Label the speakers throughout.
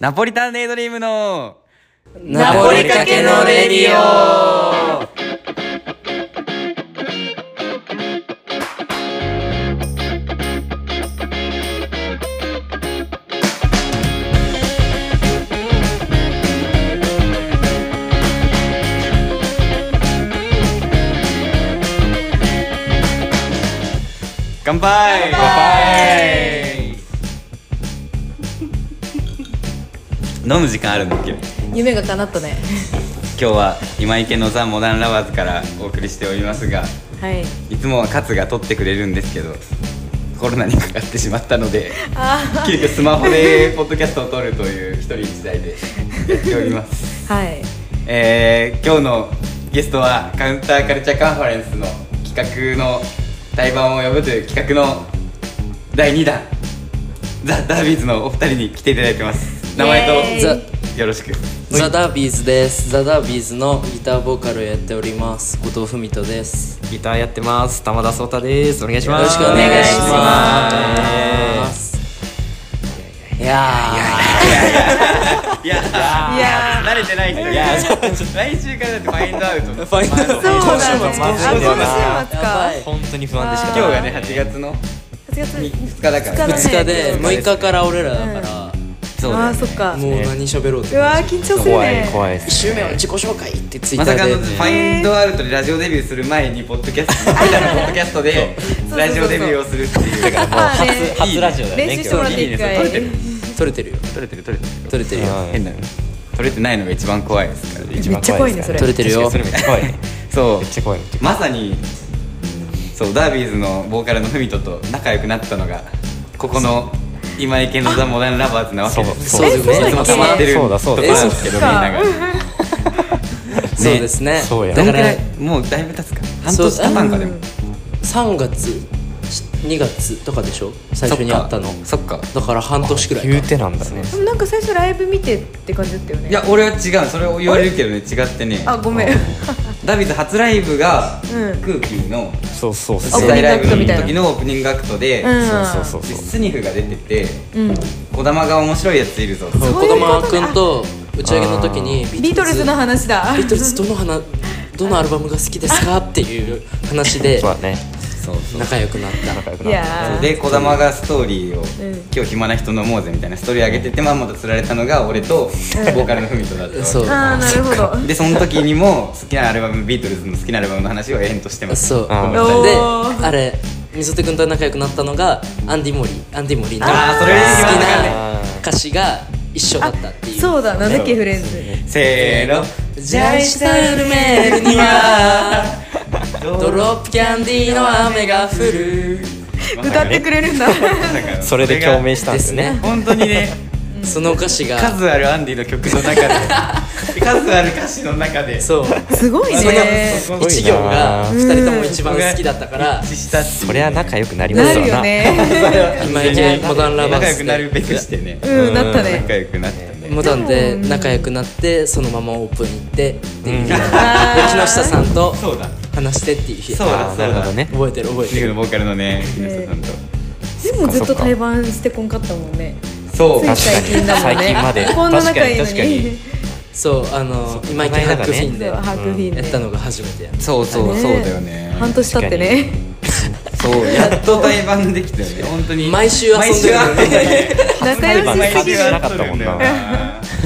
Speaker 1: ナポリタンデイドリームの
Speaker 2: ナポリかけのレディオ
Speaker 1: 乾杯乾杯 飲む時間あるんだっけど
Speaker 2: 夢が叶ったね
Speaker 1: 今日は今池のザ・モダンラバーズからお送りしておりますが
Speaker 2: はい
Speaker 1: いつもは勝が撮ってくれるんですけどコロナにかかってしまったの で
Speaker 2: あ
Speaker 1: 急遽スマホでポッドキャストを撮るという一人一台でやっております、
Speaker 2: ーはい
Speaker 1: えー今日のゲストはカウンターカルチャーカンファレンスの企画の対バンを呼ぶという企画の第2弾ザ・ダービーズのお二人に来ていただいてます名前
Speaker 2: イエ
Speaker 1: とよろしく
Speaker 3: ザ・ダービーズですザ・ダービーズのギターボーカルをやっております後藤文人です
Speaker 4: ギターやってます玉田聡太ですお願いし
Speaker 3: よ
Speaker 4: ます
Speaker 3: ろしくお願いしますいや
Speaker 1: いや
Speaker 2: いや
Speaker 1: 慣れてない人いや来週からだってファインドアウト
Speaker 3: ーファイナル
Speaker 2: そうなんです
Speaker 4: 今週末
Speaker 2: あ
Speaker 4: 今週末
Speaker 2: 今週末か
Speaker 3: やばい
Speaker 4: 本当に不安でしかない
Speaker 1: 今日がね8月の
Speaker 2: 8月
Speaker 1: 2日だから
Speaker 2: 二
Speaker 3: 2日で
Speaker 2: 六
Speaker 3: 6日から俺らだか
Speaker 1: そうだよ
Speaker 2: あー
Speaker 1: ね
Speaker 2: そっから
Speaker 3: もう何喋ろう
Speaker 2: う
Speaker 3: と
Speaker 2: わー緊張する
Speaker 4: 怖い
Speaker 2: ね
Speaker 4: 怖いです
Speaker 3: 1周目は自己紹介ってツイッ
Speaker 1: まさ
Speaker 3: ター
Speaker 1: か
Speaker 3: で
Speaker 1: のファインドアウトでラジオデビューする前にポッドキャスト、みたいなポッドキャストで
Speaker 2: そう
Speaker 1: ラジオデビューをするっていう。だからもう
Speaker 2: あーね
Speaker 4: 初ラジオだよね
Speaker 2: 練習してもらって一
Speaker 1: 今日いいね
Speaker 2: 回
Speaker 3: 撮れてるよ
Speaker 1: 撮れてる撮れてる。
Speaker 3: 撮れてるよ
Speaker 4: うん
Speaker 1: 変なの。撮れてないのが一番怖いですからね。
Speaker 2: めっちゃ怖いねそれ
Speaker 3: 撮れてるよ
Speaker 4: それめっちゃ怖いね
Speaker 1: そ。
Speaker 4: めっちゃ怖いう
Speaker 1: まさにそうダービーズのボーカルのふみとと仲良くなったのがここの今池のザモダンラバーズなわけです。
Speaker 3: そうです
Speaker 2: えそうだっ
Speaker 3: ね
Speaker 1: いつも溜まってる
Speaker 4: そう
Speaker 1: と
Speaker 4: だそう
Speaker 1: こ
Speaker 4: だ
Speaker 1: ろなんですけどみんなが。
Speaker 3: そうですね
Speaker 4: そうや
Speaker 3: だ
Speaker 1: ど
Speaker 3: か
Speaker 1: んくら
Speaker 3: ら
Speaker 1: いもうだいぶ経つか。半
Speaker 3: そう
Speaker 1: 年経たんかでも
Speaker 2: うん。
Speaker 3: 3月2月とかでしょ最初に会ったの
Speaker 1: そっか。
Speaker 3: だから半年くらい
Speaker 4: 言う
Speaker 3: か
Speaker 4: てなんだね
Speaker 2: でもなんか最初ライブ見てって感じだったよね
Speaker 1: いや俺は違うそれを言われるけどね違ってね
Speaker 2: あごめん
Speaker 1: ダビーズ初ライブが
Speaker 2: うん
Speaker 1: 空気の
Speaker 4: そうそう
Speaker 1: 実
Speaker 4: そう
Speaker 2: あ
Speaker 1: 際ライブ
Speaker 2: オープニングアクトみたい
Speaker 1: の
Speaker 2: な
Speaker 1: 時のオープニングアクトで、
Speaker 2: うん
Speaker 4: そうそうそう
Speaker 1: で
Speaker 4: そう
Speaker 1: スニフが出てて
Speaker 2: うん
Speaker 1: 「児玉が面白いやついるぞ」
Speaker 3: そう
Speaker 2: そういうことだ
Speaker 3: 児玉くんと打ち上げの時に
Speaker 2: ビートルズの話だ
Speaker 3: ビートルズどの 花どのアルバムが好きですかっていう話 で
Speaker 4: そうだね
Speaker 1: そうそう
Speaker 3: 仲良くなった
Speaker 4: 仲良
Speaker 2: い
Speaker 4: くなった
Speaker 2: やー
Speaker 1: で児玉がストーリーを、
Speaker 2: ん
Speaker 1: 今日暇な人飲もうぜ」みたいなストーリー上げててまんまと釣られたのが俺とボーカルのふみとだったわけ
Speaker 3: そう
Speaker 2: あーなるほど
Speaker 1: でその時にも好きなアルバムビートルズの好きなアルバムの話を延々としてます
Speaker 3: そう
Speaker 4: あ
Speaker 1: ー
Speaker 2: お
Speaker 3: で
Speaker 2: ー
Speaker 3: あれ水戸君と仲良くなったのがアンディ・モリーアンディ・モリーの
Speaker 1: あーそれ
Speaker 3: 好き
Speaker 4: あ
Speaker 3: な歌詞が一緒だったっていう
Speaker 2: そうだなんだっけフレンズ
Speaker 1: せーの
Speaker 3: ジャイシタルメールにはドロップキャンディーの雨が降る
Speaker 2: 歌ってくれるんだ
Speaker 4: それで共鳴したん
Speaker 3: で
Speaker 4: ですすね
Speaker 3: ね
Speaker 1: 本当にね
Speaker 3: その歌詞が
Speaker 1: 数あるアンディの曲の中 で数ある歌詞の中で
Speaker 3: そう
Speaker 2: すごい
Speaker 1: それが
Speaker 2: ね
Speaker 1: すごいな
Speaker 3: 一行が二人とも一番好きだったから
Speaker 1: 一致したっていう
Speaker 4: そりゃ仲良くなります
Speaker 2: な
Speaker 4: わ
Speaker 2: るよね
Speaker 1: それは
Speaker 3: 今池モダンラバ
Speaker 1: 仲
Speaker 3: ー
Speaker 1: 良
Speaker 3: ズ
Speaker 1: く
Speaker 3: で
Speaker 1: なるべくしてね
Speaker 2: うんなった
Speaker 1: 仲
Speaker 2: ね
Speaker 1: 良くなったね
Speaker 3: モダンで仲良くなってそのままオープン行ってっていう日で木
Speaker 2: あー
Speaker 3: 下さんと
Speaker 1: そうだ
Speaker 3: 話してっていう日
Speaker 1: そうだ
Speaker 4: あ
Speaker 1: そう
Speaker 4: ー
Speaker 1: だ
Speaker 4: なるほどね
Speaker 3: 覚えてる覚え
Speaker 1: シ
Speaker 3: て
Speaker 1: グ
Speaker 3: る
Speaker 1: のボーカルのね木下さんと
Speaker 2: でもずっと対バンしてこんかったもんね
Speaker 1: そう
Speaker 2: つい最近だもんね
Speaker 4: 最近まで
Speaker 2: こんな仲いいの
Speaker 4: 確かに
Speaker 2: に
Speaker 4: 確
Speaker 3: そうあの今池ハックフィンで
Speaker 2: ハ
Speaker 3: や
Speaker 2: ークフィンで
Speaker 3: ったのが初めてやった
Speaker 1: そうそうそうだよね
Speaker 2: 半年経ってね
Speaker 1: そうやっと対バンできたよね本当に
Speaker 3: 毎週遊んでるの
Speaker 1: 毎
Speaker 3: ね
Speaker 1: 週会って
Speaker 2: 仲良
Speaker 4: バン
Speaker 2: しす
Speaker 1: 毎
Speaker 2: ぎ
Speaker 1: 週
Speaker 2: る
Speaker 1: 会
Speaker 4: なかったもんな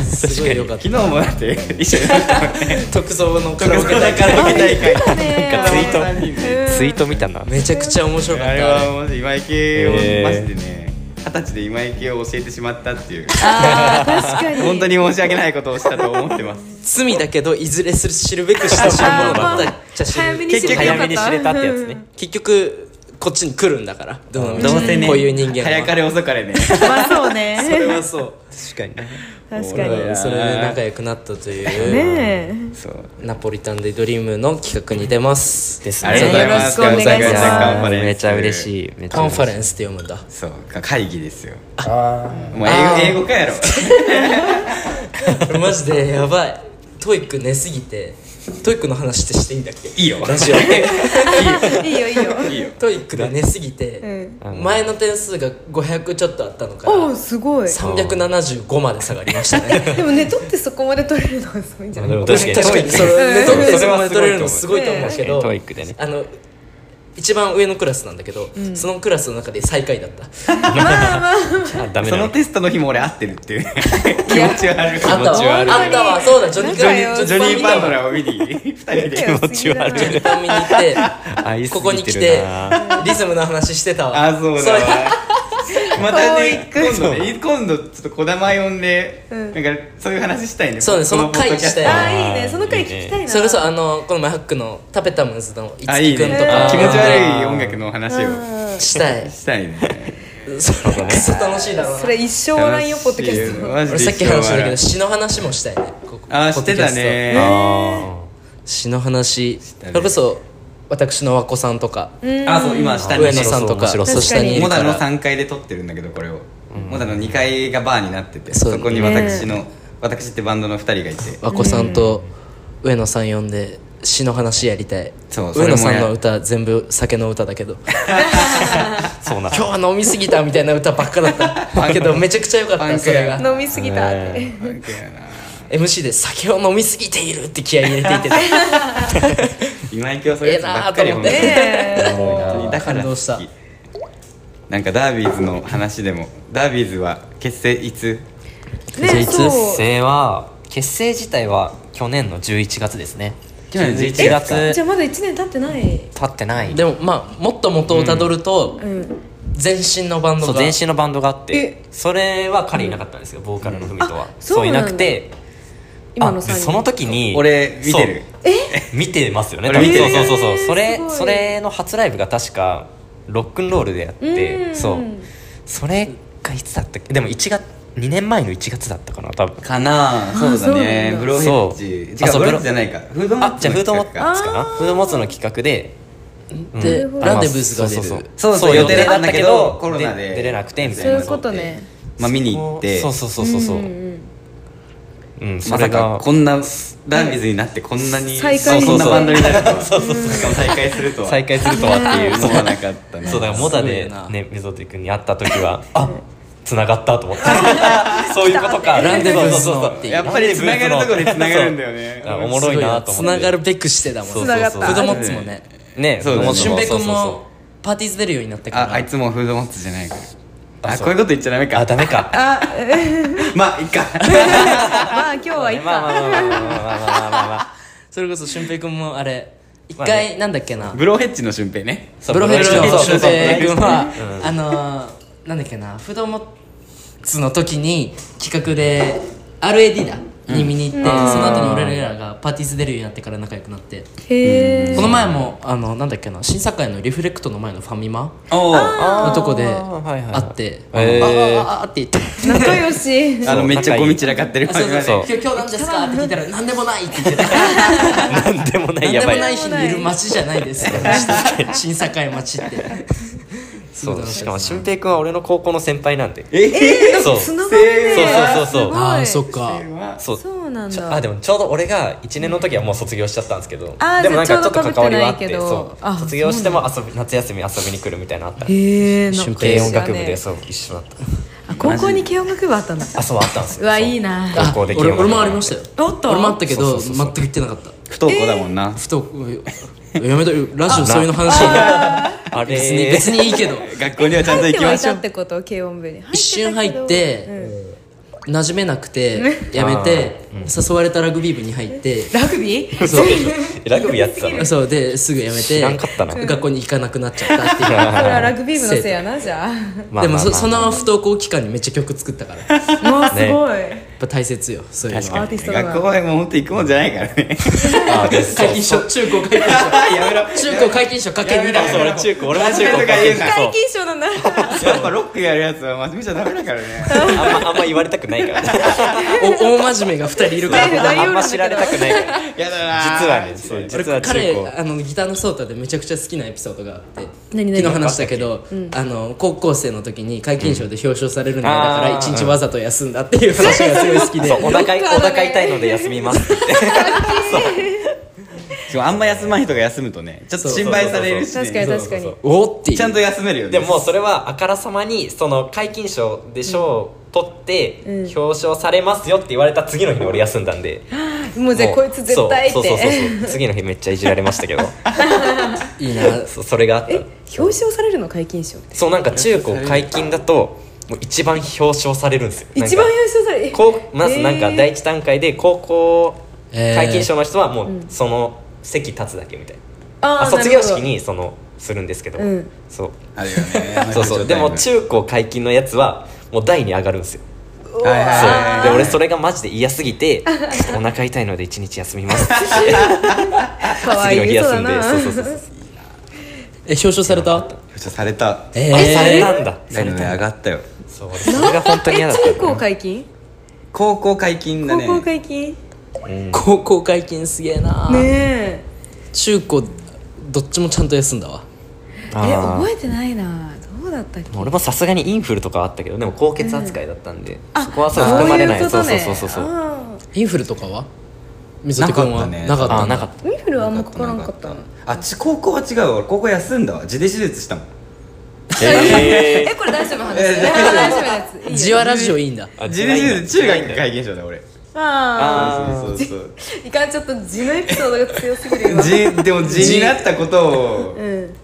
Speaker 3: すごい良かっ
Speaker 1: 昨日もだって一 緒になったもんね
Speaker 3: た特造のカラオケ大
Speaker 1: カラオケ
Speaker 3: 会
Speaker 1: 大会
Speaker 2: ねえ
Speaker 4: なんかツイート
Speaker 1: 3人で
Speaker 4: ツイート見たな
Speaker 3: めちゃくちゃ面白かった
Speaker 1: あれ
Speaker 3: あれ
Speaker 1: はもし今池を、
Speaker 4: へー
Speaker 1: マジでね二十歳で今池を教えてしまったっていう
Speaker 2: あー確かに
Speaker 1: 本当に申し訳ないことをしたと思ってます
Speaker 3: 罪だけどいずれ知るべくして知るものだったっちゃ知
Speaker 2: 早め
Speaker 3: る
Speaker 2: に知ればよか
Speaker 4: 早
Speaker 2: っ
Speaker 4: めに
Speaker 2: た
Speaker 4: 知れたってやつね
Speaker 3: 結局こっちに来るんだからどの道
Speaker 1: どうせね
Speaker 3: こういう人間は
Speaker 1: 早かれ遅かれ ね
Speaker 2: まあそう
Speaker 3: それ
Speaker 2: ね
Speaker 3: はそう
Speaker 4: 確かにね
Speaker 2: 確か
Speaker 1: 俺
Speaker 2: に
Speaker 1: は
Speaker 3: うんそれで仲良くなったという
Speaker 2: ねえ
Speaker 1: そう
Speaker 3: ナポリタンでドリームの企画に出ます
Speaker 4: です
Speaker 1: ありがとうございます
Speaker 2: よろしくお願いします
Speaker 1: カンファレンスカンファレンス
Speaker 4: めちゃ嬉しいめちゃ
Speaker 3: カン
Speaker 4: 嬉し
Speaker 3: フ
Speaker 4: い
Speaker 3: ァレンスって読むんだ
Speaker 1: そうか会議ですよもう英語英語かやろ
Speaker 3: マジでやばいトイック寝すぎてトイックの話ってしていいんだっけ
Speaker 1: いいよ
Speaker 3: ラジオ
Speaker 2: いいよいいよ
Speaker 1: いいよ
Speaker 3: トイックで寝すぎ
Speaker 2: う
Speaker 3: て、
Speaker 2: ん
Speaker 4: あの
Speaker 3: 前の点数が500ちょっとあったのか
Speaker 2: おお
Speaker 3: ら
Speaker 2: すごい
Speaker 3: 375まで下がりましたね
Speaker 2: でもね取ってそこまで取れるのはすごいんじゃない
Speaker 4: まあでも
Speaker 3: 確かに
Speaker 4: 確かに
Speaker 3: それ
Speaker 2: うん
Speaker 3: 寝取って
Speaker 1: そ
Speaker 3: そ
Speaker 1: れ
Speaker 3: こま
Speaker 1: は
Speaker 3: です
Speaker 1: ごいと思
Speaker 3: 取れ
Speaker 1: う
Speaker 3: るのすごいと思うけど、
Speaker 4: 確かにトイックでね
Speaker 3: あの一番上のクラスなんだけど、そのクラスの中で最下位だった
Speaker 4: じゃあダメ
Speaker 1: そ
Speaker 4: な
Speaker 1: の
Speaker 4: の
Speaker 1: テストの日も俺会ってるっていう 気持ちはある
Speaker 3: あった
Speaker 4: 気持ち
Speaker 3: わあ
Speaker 4: 悪い
Speaker 3: ったわそうだジョニー
Speaker 2: ジョニ
Speaker 1: ジョニー・
Speaker 3: パ
Speaker 1: パ
Speaker 3: ン
Speaker 1: ンド
Speaker 3: 見
Speaker 1: ラを見に二人
Speaker 2: い
Speaker 1: で
Speaker 2: や
Speaker 4: 気持ち悪い
Speaker 2: すぎるな
Speaker 3: た見に 行って
Speaker 4: あい
Speaker 3: ここに来てリズムの話してたわ
Speaker 1: あそうだ
Speaker 3: れ
Speaker 1: わまたね
Speaker 2: 教育
Speaker 1: 今度ね今度ちょっと児玉呼んで、
Speaker 2: うん
Speaker 1: なんかそういう話したいね
Speaker 3: そうねその回したい
Speaker 2: ああいいねその回聞きたいな
Speaker 3: それこそあのこの前ハックの「タペタムズ」の
Speaker 1: あい
Speaker 3: 樹
Speaker 1: い
Speaker 3: くん
Speaker 1: ね
Speaker 3: とか
Speaker 1: 気持ち
Speaker 4: あ
Speaker 1: 悪い
Speaker 4: ー
Speaker 1: 音楽の話を
Speaker 2: うん
Speaker 3: したい
Speaker 1: したいね
Speaker 3: それクソ楽しいだろうな
Speaker 2: それ一生笑いよポッドキャスト
Speaker 1: マジ
Speaker 3: 俺
Speaker 1: で
Speaker 3: さっき話したんだけど
Speaker 1: 一
Speaker 3: 詩の話もしたいねここ
Speaker 1: 生笑いあーしてたね
Speaker 2: ポッドキャスト
Speaker 4: あ
Speaker 3: 詩の話
Speaker 1: たね
Speaker 3: それこそ私の和子さんとか
Speaker 2: うん
Speaker 1: あそう今下に
Speaker 3: 上野さんとか
Speaker 4: 面白そう
Speaker 3: そう下にいる
Speaker 1: モ
Speaker 3: か
Speaker 1: ダの
Speaker 3: ら
Speaker 1: 3階で撮ってるんだけどこれを、モダの2階がバーになってて
Speaker 3: そ
Speaker 1: そうこに私の、私ってバンドの2人がいて
Speaker 3: 和子さんと上野さん呼んで詩の話やりたい
Speaker 1: そうそ
Speaker 3: 上
Speaker 1: れ
Speaker 3: 野
Speaker 1: も
Speaker 3: さ
Speaker 1: や
Speaker 3: んの歌全部酒の歌だけど
Speaker 4: あそうなんだ
Speaker 3: 今日は飲みすぎたみたいな歌ばっかだ ったけどめちゃくちゃ良かっ
Speaker 1: パン
Speaker 3: た
Speaker 1: ク
Speaker 3: それが
Speaker 2: 飲みすぎたって
Speaker 1: パンクやな
Speaker 3: MC で酒を飲みすぎているって気合い入れていてた
Speaker 1: 今行きはそういうやつばっかり本当に
Speaker 3: ええ
Speaker 2: ね
Speaker 1: 本当にだから
Speaker 3: 感
Speaker 1: 好
Speaker 3: 動
Speaker 1: き
Speaker 3: した
Speaker 1: なんかダービーズの話でもダービーズは結成いつ
Speaker 2: えねえそう
Speaker 4: 結成は結成自体は去年の11月ですね
Speaker 1: 去年の11
Speaker 4: 11月
Speaker 2: じゃあまだ1年経ってない
Speaker 4: 経ってない
Speaker 3: でもまあもっと元をたどると
Speaker 2: うん
Speaker 3: 前身のバンド
Speaker 4: そう
Speaker 3: が
Speaker 4: 前身のバンドがあって
Speaker 2: え
Speaker 4: それは彼いなかったんですよボーカルの文とは
Speaker 2: あそ
Speaker 4: そううい
Speaker 2: なんだ
Speaker 4: なくて
Speaker 2: 今の
Speaker 4: あ
Speaker 2: 3人
Speaker 4: その時に
Speaker 1: 俺見てる
Speaker 4: そう見てますよね
Speaker 1: 俺
Speaker 4: 多分
Speaker 1: 見てる
Speaker 4: そうそうそうそうそ
Speaker 2: えー
Speaker 4: れ
Speaker 2: すごい
Speaker 4: それの初ライブが確かロックンロールでやっ
Speaker 2: うん
Speaker 4: てそうそれがいつだったっけでも1月2年前の1月だったかな多分
Speaker 1: かなそうだね
Speaker 2: そうなんだ
Speaker 1: ブローヘッジ違
Speaker 4: そうあ
Speaker 1: う
Speaker 4: そう
Speaker 1: ブ
Speaker 4: ブ
Speaker 1: ローヘッ
Speaker 4: ロ
Speaker 1: ジじゃないかフードモ
Speaker 4: あ
Speaker 1: ッ
Speaker 4: じ
Speaker 1: チ
Speaker 4: ゃあフードモッツ
Speaker 1: か
Speaker 4: かなフードモッツの企画で
Speaker 3: で
Speaker 4: うん
Speaker 3: ランデブースが出る
Speaker 4: そうそう
Speaker 1: そうそう
Speaker 4: そう
Speaker 1: 予定だったんだけど
Speaker 4: 予定だったけど
Speaker 1: コロナで
Speaker 4: で出れなくてみたい
Speaker 2: そう
Speaker 4: な
Speaker 2: いうことね
Speaker 1: まあ見に行って
Speaker 4: そうそうそうそうそう
Speaker 2: うんうん
Speaker 4: うんそ
Speaker 1: ま
Speaker 4: れ
Speaker 1: さ
Speaker 4: が
Speaker 1: かこんなダービーズになってこんなに
Speaker 2: 再会
Speaker 1: こんなバンドになるとはそうそうそうしかも再会するとは
Speaker 4: 再会するとはっていう
Speaker 1: 思わなかったね
Speaker 4: そうだからモダでねメゾテ君に会った時 はあ繋がったと 思ってそういうことか
Speaker 3: ランデブース
Speaker 4: そうそう
Speaker 3: の
Speaker 4: そう
Speaker 3: っていう
Speaker 1: やっぱり繋がるところに繋がるんだよね
Speaker 4: そうあおもろいなと思って
Speaker 3: すごいな繋がるべくしてだもん
Speaker 4: そう
Speaker 2: 繋がった
Speaker 4: そう
Speaker 3: フ
Speaker 4: そ
Speaker 3: ー
Speaker 4: う
Speaker 3: ドモッツもね
Speaker 4: ね
Speaker 1: そうだね
Speaker 3: 俊
Speaker 4: 俊
Speaker 3: 平
Speaker 4: 平
Speaker 3: 君
Speaker 4: 君
Speaker 3: も
Speaker 4: も
Speaker 3: パーティーズ出るようになったから
Speaker 1: ああいつもフードモッツじゃないからあ
Speaker 4: あ
Speaker 1: こういうこと言っちゃダメか
Speaker 4: あダメかまあ
Speaker 1: まあいいか
Speaker 2: まあ今日はいい
Speaker 4: まあ
Speaker 2: か
Speaker 4: まあまあまあまあまあまあ
Speaker 3: それこそ俊平君もあれ一
Speaker 4: まあね
Speaker 3: 回なんだっけな
Speaker 1: ブローヘッジの俊平ね
Speaker 4: そう
Speaker 3: ブロフェッショナルの俊
Speaker 4: そうそうそう
Speaker 3: 平君はあのーなんだっけなフードモッツの時に企画で RAD だに見に行ってその後に俺らがパーティーズ出るようになってから仲良くなって
Speaker 2: へえ
Speaker 3: この前もあのなんだっけな審査会のリフレクトの前のファミマ
Speaker 1: おお
Speaker 3: のとこで
Speaker 4: はいはい
Speaker 3: 会ってあ
Speaker 4: へー
Speaker 3: あああって言って
Speaker 2: 仲良 し
Speaker 1: あのめっちゃゴミ散らかってる
Speaker 3: あそうそう
Speaker 4: そ
Speaker 3: そう
Speaker 4: う
Speaker 3: 今日今日何ですかって聞いたら何でもないって言ってた
Speaker 4: なんでもな
Speaker 3: 何で
Speaker 4: い や
Speaker 3: も
Speaker 4: ばい
Speaker 3: ない日にいる街じゃない ですって話してて審査会街って
Speaker 4: そうしかも俊平君は俺の高校の先輩なんで
Speaker 1: え
Speaker 4: そう
Speaker 2: つ
Speaker 4: そう
Speaker 2: ながるね
Speaker 4: そうそうそう
Speaker 3: ああそ
Speaker 2: そう
Speaker 3: っか
Speaker 4: そう
Speaker 2: そうなん
Speaker 4: ちょ
Speaker 2: だ
Speaker 4: あでもちょうど俺が1年の時はもう卒業しちゃったんですけど
Speaker 2: あー
Speaker 4: でもなん
Speaker 2: じゃあ
Speaker 4: か
Speaker 2: ち
Speaker 4: ち
Speaker 2: ょ
Speaker 4: ょ
Speaker 2: う
Speaker 4: っ
Speaker 2: ど
Speaker 4: と
Speaker 2: 被って
Speaker 4: 関わりはあっ
Speaker 2: な
Speaker 4: て
Speaker 2: いけど
Speaker 4: そ
Speaker 2: あ
Speaker 4: う卒業しても遊び夏休み遊びに来るみたいなのあった
Speaker 2: へえ
Speaker 3: 俊
Speaker 4: 軽
Speaker 3: 平
Speaker 4: 音楽部で
Speaker 2: す
Speaker 4: そう一緒だった
Speaker 2: 高校に軽音楽部あったんだ
Speaker 4: あそうあったんです
Speaker 2: う
Speaker 4: よ
Speaker 2: わ
Speaker 4: そう
Speaker 2: いいな
Speaker 4: 学校で
Speaker 3: 俺俺もありましたよ
Speaker 2: おっと
Speaker 3: 俺もあったけど
Speaker 4: そうそうそうそう
Speaker 3: 全く言ってなかった
Speaker 1: 不登校だもんな
Speaker 3: ふとうやめたよラジオそういうの話になる
Speaker 4: あれ
Speaker 3: 別に別にいいけど
Speaker 1: 学校にはちゃんと行きましょ
Speaker 2: 入ってはいたっ
Speaker 1: う
Speaker 2: てこと軽音部に
Speaker 3: 一瞬入って馴染めなくてやめて誘われたラグビー部に入って
Speaker 2: ラグビー
Speaker 3: そう
Speaker 4: ラグビーやってたの
Speaker 3: そうですぐやめて
Speaker 4: 知らんかったな
Speaker 3: 学校に行かなくなっちゃったって いう
Speaker 2: それはラグビー部のせいやなじゃあ
Speaker 4: まあまあまあ
Speaker 3: でもそその不登校期間にめっちゃ曲作ったからやっ
Speaker 2: もうすごい
Speaker 3: ぱ大切よそういうの
Speaker 1: 確
Speaker 3: は
Speaker 1: か
Speaker 2: アーティ
Speaker 1: に
Speaker 2: ストだな
Speaker 1: 学校へもうほんと行くもんじゃないから ね
Speaker 4: あでそう
Speaker 3: 解禁書中高解禁
Speaker 1: やめろ
Speaker 3: 書中高解禁書かけ2だ
Speaker 4: そう俺中高俺も中高
Speaker 1: とか言うな
Speaker 4: そう
Speaker 2: 解禁賞なんだ
Speaker 1: やっぱロックやるやつは真面目じゃダメだから ね
Speaker 4: あんまあんま言われたくな いから
Speaker 3: お大真面目が2人いるから
Speaker 2: 大容量だけど
Speaker 4: あんま知られたくないから
Speaker 1: やだな
Speaker 4: 実はねそう
Speaker 3: 俺
Speaker 4: 実は中
Speaker 3: 彼
Speaker 4: 高
Speaker 3: あのギターのソータでめちゃくちゃ好きなエピソードがあって
Speaker 2: 何々
Speaker 3: 昨日話したけど、あの高校生の時に皆勤賞で表彰されるんだよ、だか
Speaker 4: うん
Speaker 3: ら一日わざと休んだっていう話がすごい好きで、
Speaker 4: そうお腹い
Speaker 2: よくあるね
Speaker 4: お腹痛いので休みますって
Speaker 1: そうあんま休まない人が休むとねちょっと
Speaker 3: そうそう
Speaker 1: 心配されるしね
Speaker 2: 確かに確かに
Speaker 4: そうそう
Speaker 3: おっていう
Speaker 1: ちゃんと休めるよね
Speaker 4: でももうそれはあからさまにその皆勤賞で賞を取って
Speaker 2: うん
Speaker 4: 表彰されますよって言われた次の日に俺休んだんで、
Speaker 2: もうぜこいつ絶対って
Speaker 4: そうそうそうそう 次の日めっちゃいじられましたけど
Speaker 3: いいな
Speaker 4: そうそれがあった
Speaker 2: え表彰されるの皆勤賞って
Speaker 4: そうなんか中高解禁だともう一番表彰されるんですよなんか
Speaker 2: 一番表彰され
Speaker 4: こうまずなんか第
Speaker 2: 一
Speaker 4: 一段階で高校
Speaker 3: えー
Speaker 4: 解禁賞の人はもううんその席立つだけみたいな、
Speaker 2: あ
Speaker 4: あ
Speaker 2: ー
Speaker 4: 卒業式
Speaker 2: なる
Speaker 4: にそのするんですけど、
Speaker 2: うん
Speaker 4: そう
Speaker 1: あるよね
Speaker 4: そうそうでも中高解禁のやつはもう台に上がるんですよ
Speaker 2: ほど
Speaker 1: はいはい
Speaker 4: そう
Speaker 1: あー
Speaker 4: で俺それがマジで嫌すぎてお腹痛いので一日休みますって
Speaker 2: かわ
Speaker 4: 次の
Speaker 2: い
Speaker 4: 日
Speaker 2: いそうだ
Speaker 4: 休んで
Speaker 2: な
Speaker 4: そうそうそうそう
Speaker 3: え表彰された
Speaker 1: 表彰された
Speaker 3: え
Speaker 4: あされたんだ
Speaker 1: 台の上がったよ
Speaker 4: そう俺それが本当に嫌
Speaker 2: え
Speaker 4: だった
Speaker 2: 中
Speaker 4: んだ
Speaker 2: 高
Speaker 4: よね
Speaker 2: 解禁
Speaker 1: 高校解禁だ
Speaker 2: 高
Speaker 1: ね
Speaker 2: 校解禁
Speaker 3: 高校解禁すげえな、
Speaker 2: ねえ
Speaker 3: 中高どっちもちゃんと休んだわ
Speaker 4: あ
Speaker 2: え
Speaker 4: ー
Speaker 2: 覚えてないなどうだったっけ
Speaker 4: 俺もさすがにインフルとかはあったけどでも高血扱いだったんで、
Speaker 2: あ
Speaker 4: そこはそう含まれない
Speaker 2: そ
Speaker 4: そうう
Speaker 2: いうことね
Speaker 4: そうそうそうそう
Speaker 2: あ
Speaker 3: インフルとかはみぞてくんは
Speaker 1: なか
Speaker 3: なか
Speaker 1: っ
Speaker 3: った
Speaker 4: あ
Speaker 3: た
Speaker 4: あ
Speaker 3: んだ
Speaker 4: なかった
Speaker 2: ーインフルはあんま
Speaker 1: な
Speaker 2: かからなかったの
Speaker 1: あっち高校は違うわ俺高校休んだわ自で手術したもん
Speaker 2: えこれ大丈夫の話
Speaker 1: えー
Speaker 2: 大丈夫のやついいよ
Speaker 3: じわラジオいいんだ
Speaker 4: あ
Speaker 1: 自で手術中学解禁賞だ俺
Speaker 2: あ
Speaker 4: あ
Speaker 1: そうそうそう
Speaker 2: ーいかんちょっと地のエピソードが強すぎるよ
Speaker 1: じでも地になったことを
Speaker 2: うん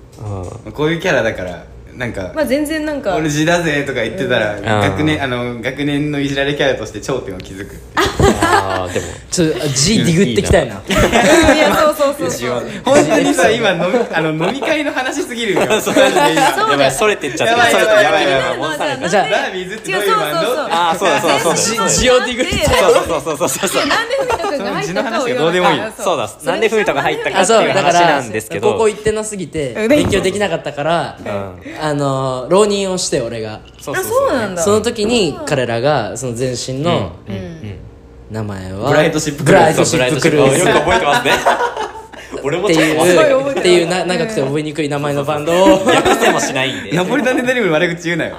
Speaker 4: ー
Speaker 1: こういうキャラだからなんか
Speaker 2: まあ全然なんか
Speaker 1: 俺地だぜとか言ってたら
Speaker 4: ん
Speaker 1: 学年あの学年のいじられキャラとして頂点を築く
Speaker 4: あーでも
Speaker 3: ちょっと G ディグってきたいな
Speaker 2: うんいやそうそうそうそう
Speaker 1: 本当にさ今飲みあの飲み会の話すぎるよそう
Speaker 2: そうだよ
Speaker 4: やばいそれてっちゃ
Speaker 1: やばい
Speaker 4: それて
Speaker 1: やばいやばい
Speaker 4: もうされ
Speaker 2: な
Speaker 4: て
Speaker 2: んで
Speaker 3: じゃあ
Speaker 1: ラーメンズってどういう
Speaker 2: 違
Speaker 1: バンド
Speaker 2: そうそうそう
Speaker 4: ああそうだそう だそうだ
Speaker 3: ジジオディグってきたい
Speaker 4: そうそうそうそうそうそう
Speaker 2: なんで文太くんが入ったかを
Speaker 1: そ
Speaker 2: 言わなかった
Speaker 1: の地の話がどうでもいい
Speaker 2: あ
Speaker 4: そうだなんでフミタが入った
Speaker 3: あ
Speaker 4: かって
Speaker 3: そう
Speaker 4: いう
Speaker 3: だか
Speaker 4: 話
Speaker 3: ら
Speaker 4: なんですけど
Speaker 3: 高校行ってなすぎ
Speaker 2: う
Speaker 3: て
Speaker 2: ん
Speaker 3: 勉強できなかったからあの浪人をして俺が
Speaker 4: そう
Speaker 2: あそうなんだ
Speaker 3: その時に彼らがその前身の
Speaker 4: うんうん
Speaker 3: 名前は
Speaker 1: ブライトシップク
Speaker 3: ブ
Speaker 1: ルーズ
Speaker 3: ライトシップクルーズ
Speaker 4: そうブライトシップクルーズよく覚えてますね俺も
Speaker 3: って
Speaker 4: ちょっと忘れ
Speaker 2: すごい
Speaker 4: て
Speaker 2: 覚
Speaker 3: い
Speaker 2: え
Speaker 3: う
Speaker 2: てる
Speaker 3: っていうな長くて覚えにくい名前のバンドを
Speaker 4: 訳せもしないんで
Speaker 1: ナポリタンで出るより悪口言うなよ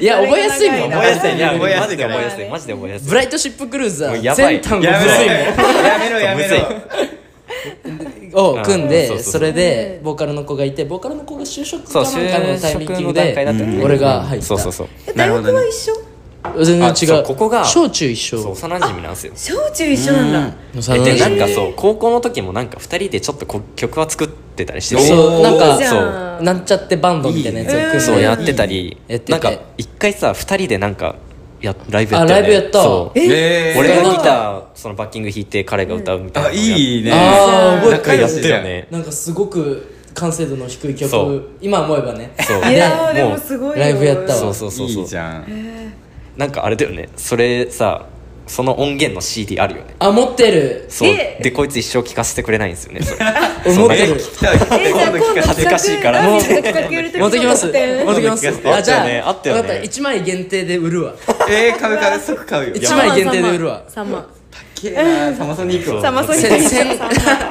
Speaker 3: いや覚えやすいもん
Speaker 2: 覚
Speaker 4: 覚
Speaker 2: え
Speaker 4: え
Speaker 2: や
Speaker 4: や
Speaker 2: す
Speaker 4: す
Speaker 1: い
Speaker 4: い
Speaker 1: 覚え
Speaker 4: やマジで覚え
Speaker 1: や
Speaker 4: やすいマジで覚えやす
Speaker 3: ブ
Speaker 4: い
Speaker 3: ライトシップクルーズは
Speaker 4: もうやばい
Speaker 3: 全単語
Speaker 1: や
Speaker 3: む
Speaker 1: め
Speaker 3: ず
Speaker 1: ろ
Speaker 3: いもん
Speaker 1: やめろやめろ
Speaker 4: む
Speaker 3: を組ん
Speaker 4: うんそう
Speaker 3: で
Speaker 4: そうそう
Speaker 3: それでボーカルの子がいてボーカルの子が就職か
Speaker 4: そう
Speaker 3: なんかのタイミン
Speaker 4: 就職
Speaker 3: グ
Speaker 4: の段階だったよ
Speaker 3: で
Speaker 4: ね
Speaker 3: 俺が入った
Speaker 4: そうそうそう
Speaker 2: え大学は一緒
Speaker 3: 全然
Speaker 4: あ
Speaker 3: 違
Speaker 4: そううここが
Speaker 3: 小中一緒
Speaker 4: そう幼馴染なんですよ
Speaker 2: 小中一緒なんだ
Speaker 3: そ
Speaker 4: え
Speaker 3: う
Speaker 4: でなんかそう高校の時もなんか二人でちょっとこ曲は作ってたりして
Speaker 1: おー
Speaker 3: そうなん
Speaker 2: いいじゃ
Speaker 3: か
Speaker 2: ん
Speaker 3: なんちゃってバンドみたいなやつを組んで
Speaker 4: そうやってたり
Speaker 3: やってて
Speaker 4: なんか一回さ二人でなんかやライブや
Speaker 3: あ
Speaker 4: ったよ
Speaker 3: ライ
Speaker 4: ね
Speaker 3: ブやった
Speaker 4: そう
Speaker 1: えー
Speaker 4: 俺
Speaker 3: そ
Speaker 4: が
Speaker 3: う
Speaker 4: ギターそのバッキング弾いて彼が歌うみたいな
Speaker 1: あいいね
Speaker 3: あー覚え
Speaker 4: 一
Speaker 3: て
Speaker 4: 回
Speaker 3: る
Speaker 4: やったよね
Speaker 3: なんかすごく完成度の低い
Speaker 4: そう
Speaker 3: 曲今思えばね
Speaker 4: そう
Speaker 2: いやーで
Speaker 4: も
Speaker 2: も
Speaker 4: う
Speaker 2: すごいよ
Speaker 3: ライブやったわ
Speaker 4: そうそうそうそ
Speaker 1: い
Speaker 4: う
Speaker 1: いじゃん
Speaker 4: なんかあれだよねそれさその音源の CD あるよね
Speaker 3: あ持ってる
Speaker 4: そう
Speaker 2: え
Speaker 4: でこいつ一生聞かせてくれないんですよねそれ
Speaker 3: 持って
Speaker 1: え
Speaker 3: る
Speaker 1: 聞きたい聞きた
Speaker 2: え
Speaker 1: い
Speaker 2: じゃあ
Speaker 1: 今
Speaker 2: 今度
Speaker 1: 度聞かせて
Speaker 2: 企画
Speaker 4: 恥ずかしいから
Speaker 2: ラーメンの企画やる時
Speaker 3: 持ってきます持
Speaker 2: の
Speaker 3: って
Speaker 2: 特典
Speaker 3: きます
Speaker 1: 持ってきます
Speaker 3: あじゃあ
Speaker 4: あったよねあったよね
Speaker 3: 分か1枚限定で売るわ
Speaker 1: えー買う買う即買うよ
Speaker 3: 一枚限定で売るわ
Speaker 2: 3万
Speaker 1: きれいなサマソニークを
Speaker 2: 3万そう いう
Speaker 3: せ
Speaker 2: の
Speaker 3: せん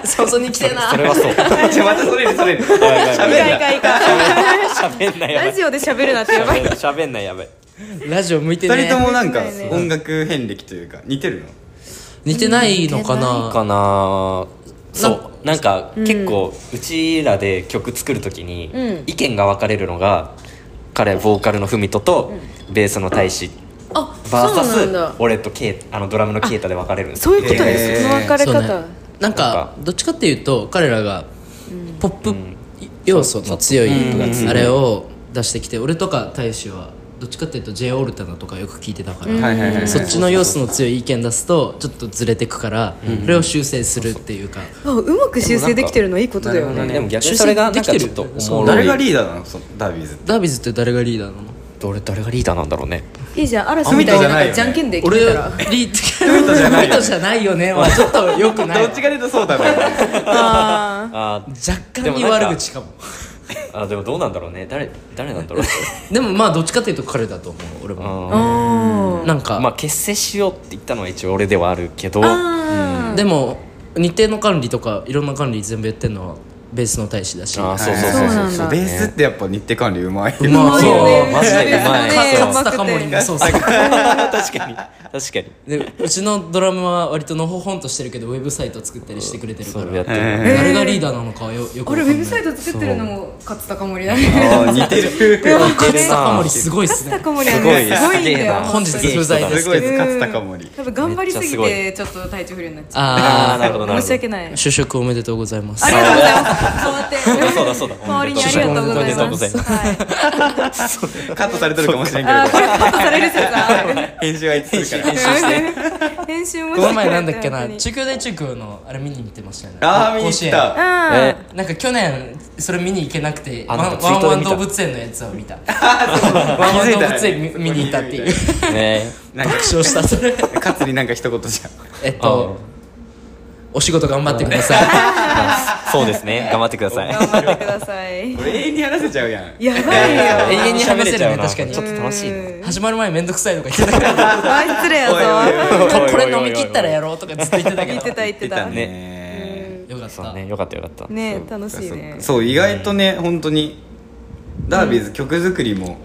Speaker 3: そうそうに来てえ な
Speaker 4: それ はそう
Speaker 1: じゃあまたそれるそれる
Speaker 4: やばい
Speaker 2: い
Speaker 4: や
Speaker 2: か
Speaker 4: ば
Speaker 2: いか
Speaker 4: い喋んないやば
Speaker 2: ラ
Speaker 4: い
Speaker 2: ジオで喋るなってやばい
Speaker 4: 喋んないやばい
Speaker 3: ラジオ向いて
Speaker 1: 二人と
Speaker 3: ね
Speaker 1: もなんか
Speaker 2: そうだよね
Speaker 1: 音楽遍歴というか似てるの
Speaker 3: 似てないのかな
Speaker 4: かなそうなんか結構うちらで曲作る時に
Speaker 2: うん
Speaker 4: 意見が分かれるのが彼ボーカルの文人とベースの大志
Speaker 2: あ
Speaker 4: バーサ
Speaker 2: そうなんだ
Speaker 4: ス俺とケイあのドラムのケイタで分かれるんです
Speaker 2: そういうことです、
Speaker 1: えー
Speaker 2: その分かれ
Speaker 3: そう
Speaker 2: 方
Speaker 3: ね、なんかどっちかっていうと彼らがポップ要素の強いあれを出してきて俺とか大志はどっちかっていうと J オルタナとかよく聞いてたから、
Speaker 1: はいはいはいはい
Speaker 3: そっちの要素の強い意見出すとちょっとずれてくから、それを修正するっていうか、
Speaker 2: あうまく修正できてるのはいいことだよね
Speaker 4: でも逆にそれがなんかちょっとおもろい
Speaker 1: 誰がリーダーなのそのダービーズって
Speaker 3: ダービーズって誰がリーダーなの
Speaker 4: 俺誰がリーダーなんだろうね
Speaker 2: いいじゃん嵐みたいな
Speaker 1: あ
Speaker 2: な
Speaker 1: みたいじゃないよね
Speaker 2: んかじゃんけんで決
Speaker 3: 俺
Speaker 2: めた
Speaker 3: リ
Speaker 2: ら
Speaker 3: ーダ
Speaker 1: じゃないよね
Speaker 3: ーじゃないよねはちょっとよくない
Speaker 1: ど
Speaker 3: わ
Speaker 1: っちかというとそうだね
Speaker 2: あ
Speaker 4: あー
Speaker 3: 若干に悪口かも
Speaker 4: あーでもどうなんだろうね誰誰なんだろう
Speaker 3: でもまあどっちかっていうと彼だと思う俺も
Speaker 4: うん
Speaker 3: なんか、
Speaker 4: まあ結成しようって言ったのは一応俺ではあるけど
Speaker 2: あ
Speaker 3: でも日程の管理とかいろんな管理全部やってんのはベースの大使だし
Speaker 4: あー
Speaker 1: そうそう
Speaker 4: そ
Speaker 1: そ
Speaker 4: う
Speaker 1: うそう
Speaker 2: そうな
Speaker 4: そう
Speaker 2: んだ
Speaker 1: ベースってやっぱ日程管理うまい
Speaker 3: まあ
Speaker 2: うまい
Speaker 3: そ
Speaker 2: よね
Speaker 4: そうマジでうまい
Speaker 2: ね
Speaker 3: 勝田かもりもそうそう
Speaker 4: 確かに確かに
Speaker 3: でうちのドラムは割とのほほんとしてるけどウェブサイト作ったりしてくれてるか
Speaker 4: そ
Speaker 3: ら
Speaker 4: うやってる
Speaker 1: え
Speaker 3: 誰がリーダーなのかよよくわか
Speaker 2: あ
Speaker 3: ん
Speaker 2: れ
Speaker 3: ない
Speaker 2: ウェブサイト作ってるのも勝田かもりだね
Speaker 1: あー 似てる
Speaker 3: 勝田かもりすごいっす
Speaker 2: 勝田
Speaker 3: ね
Speaker 2: かもりはねす
Speaker 4: す
Speaker 2: ご
Speaker 4: ごい
Speaker 2: いんだよ
Speaker 3: 本日不在ですす
Speaker 1: ご
Speaker 3: け
Speaker 1: い
Speaker 3: ど
Speaker 1: です勝田かもり
Speaker 2: 多分頑張りすぎてちょっと体調不良になっちゃ
Speaker 3: あ
Speaker 4: あーなるほどなる
Speaker 2: う
Speaker 4: ほど
Speaker 2: 申し訳ないあり
Speaker 3: 就職おめでとうございます
Speaker 2: がとうございますそうやって
Speaker 4: そうだそうだ
Speaker 2: 周りにありがとうござい
Speaker 4: おめでとうご
Speaker 2: ま
Speaker 4: ざい
Speaker 2: す
Speaker 4: ます
Speaker 2: はい
Speaker 1: カットされてるかもしれんけ
Speaker 2: あー
Speaker 1: ど
Speaker 2: これカットされる説あ
Speaker 1: 編集はいつするから
Speaker 2: る編集もして
Speaker 3: この前なんだっけな
Speaker 2: 本当に
Speaker 3: 中京大中京のあれ見に行ってましたよね
Speaker 1: あー見に来た
Speaker 2: うん
Speaker 4: え
Speaker 3: なんか去年それ見に行けなくて
Speaker 4: あ
Speaker 3: ワン
Speaker 4: なんかツイ
Speaker 3: ワ
Speaker 4: ー
Speaker 3: ン
Speaker 4: ト
Speaker 3: ワン
Speaker 4: で見た
Speaker 3: 動物園のやつを見たワンワン動物園見見に行ったっていう
Speaker 4: ね
Speaker 1: なんか
Speaker 3: 爆笑したそれ
Speaker 1: カツになんか一言じゃん
Speaker 3: えっとお仕事頑張ってください
Speaker 4: そうですね頑張ってください
Speaker 2: 頑張ってください
Speaker 1: 俺永遠に話せちゃうやん
Speaker 2: やばいよ
Speaker 3: 永遠に話せるね
Speaker 4: 喋れちゃうな
Speaker 3: 確かに
Speaker 4: ちょっと楽しいな
Speaker 2: うん
Speaker 3: 始まる前めんどくさいとか言ってたから
Speaker 2: あ失礼やぞ
Speaker 3: これ飲み切ったらやろうとかずっと言ってたけ
Speaker 2: 言って
Speaker 3: ど
Speaker 2: た言ってた
Speaker 1: ね
Speaker 3: よかっ
Speaker 4: そう
Speaker 3: た
Speaker 4: ねよかったよかった
Speaker 2: ね楽しいね
Speaker 1: そう意外とね本当にダービーズ曲作りも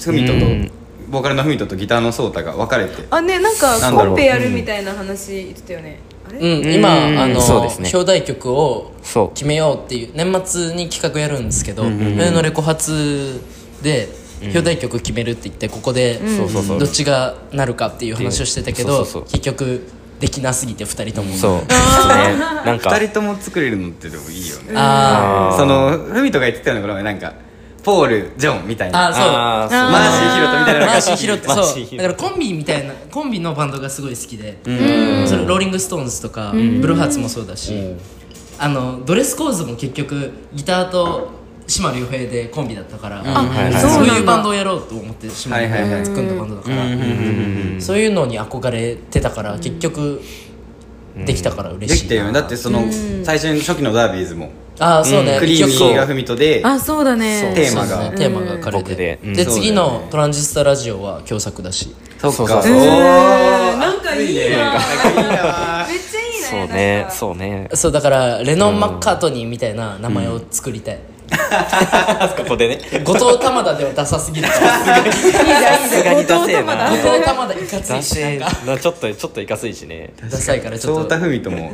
Speaker 1: ふみとと
Speaker 4: うん
Speaker 1: ボーカルのふみととギターのソータが分かれて
Speaker 2: あねなん
Speaker 1: な
Speaker 2: か
Speaker 1: んだろう
Speaker 2: コンペやるみたいな話言ってたよねあ
Speaker 3: う
Speaker 2: れ
Speaker 3: ん今
Speaker 4: うん
Speaker 3: あの
Speaker 4: そうですね
Speaker 3: 表題曲を
Speaker 4: そう
Speaker 3: 決めようっていう年末に企画やるんですけどそれのレコ発で表題曲決めるって言ってここで
Speaker 4: そうそうそう
Speaker 3: どっちがなるかっていう話をしてたけ
Speaker 4: そ
Speaker 3: ど
Speaker 4: うそうそう
Speaker 3: 結局できなすぎて2人とも
Speaker 4: そうねなんか
Speaker 1: 2人とも作れるのってでもいいよね
Speaker 3: あ
Speaker 4: あー
Speaker 1: そのふみとが言ってたのがなんかポールジョンみたい
Speaker 3: ーあ
Speaker 1: な
Speaker 3: ーそう
Speaker 4: あーそう
Speaker 1: マーシーヒロトみたいなの
Speaker 3: マ
Speaker 1: が
Speaker 3: ーシーヒロって
Speaker 4: マー
Speaker 3: そ
Speaker 4: シー
Speaker 3: う
Speaker 4: ヒ
Speaker 3: だ
Speaker 4: ロ
Speaker 3: からコンビみたいなコンビのバンドがすごい好きでそれローリング・ストーンズとかブルーハーツもそうだしあのドレスコーズも結局ギターと島良平でコンビだったから
Speaker 4: はいはい
Speaker 3: そういうバンドをやろうと思って島良
Speaker 1: はいはい
Speaker 3: 平
Speaker 1: は
Speaker 3: が
Speaker 1: い
Speaker 3: 組んだバンドだからそういうのに憧れてたから結局できたから
Speaker 1: で
Speaker 3: 嬉し
Speaker 1: き
Speaker 3: い
Speaker 1: たよねだってその最初に初期のダービーズも
Speaker 3: ああそうね
Speaker 1: クリーミーが
Speaker 3: 曲
Speaker 1: ふみとで
Speaker 2: あそうだね
Speaker 1: テーマが
Speaker 3: そうそうテーマが彼
Speaker 4: 僕
Speaker 3: で
Speaker 4: でうん
Speaker 3: で
Speaker 1: そうだよね
Speaker 3: 次の「トランジスタラジオ」は共作だし
Speaker 1: そっ
Speaker 4: そう
Speaker 1: か
Speaker 4: そう
Speaker 1: お
Speaker 4: そう
Speaker 1: ー
Speaker 2: なんかいい
Speaker 1: 熱
Speaker 2: な
Speaker 1: いねなんかいいな
Speaker 2: めっちゃいいね
Speaker 4: そう
Speaker 2: なん
Speaker 4: ね
Speaker 2: か
Speaker 4: そうね
Speaker 3: そうだからレノン・マッカートニーみたいな名前を作りたい、
Speaker 4: ここでね
Speaker 3: 後藤玉田ではダサすぎるから
Speaker 4: さすがにダセえな
Speaker 3: 後藤玉田いかつ
Speaker 4: ダ
Speaker 3: いし
Speaker 4: セ
Speaker 3: な
Speaker 4: え
Speaker 3: んか
Speaker 4: なちょっとちょっといかついしね
Speaker 3: ダサいからち
Speaker 1: ソ
Speaker 3: ょっ
Speaker 1: ー
Speaker 3: と
Speaker 1: タふみともな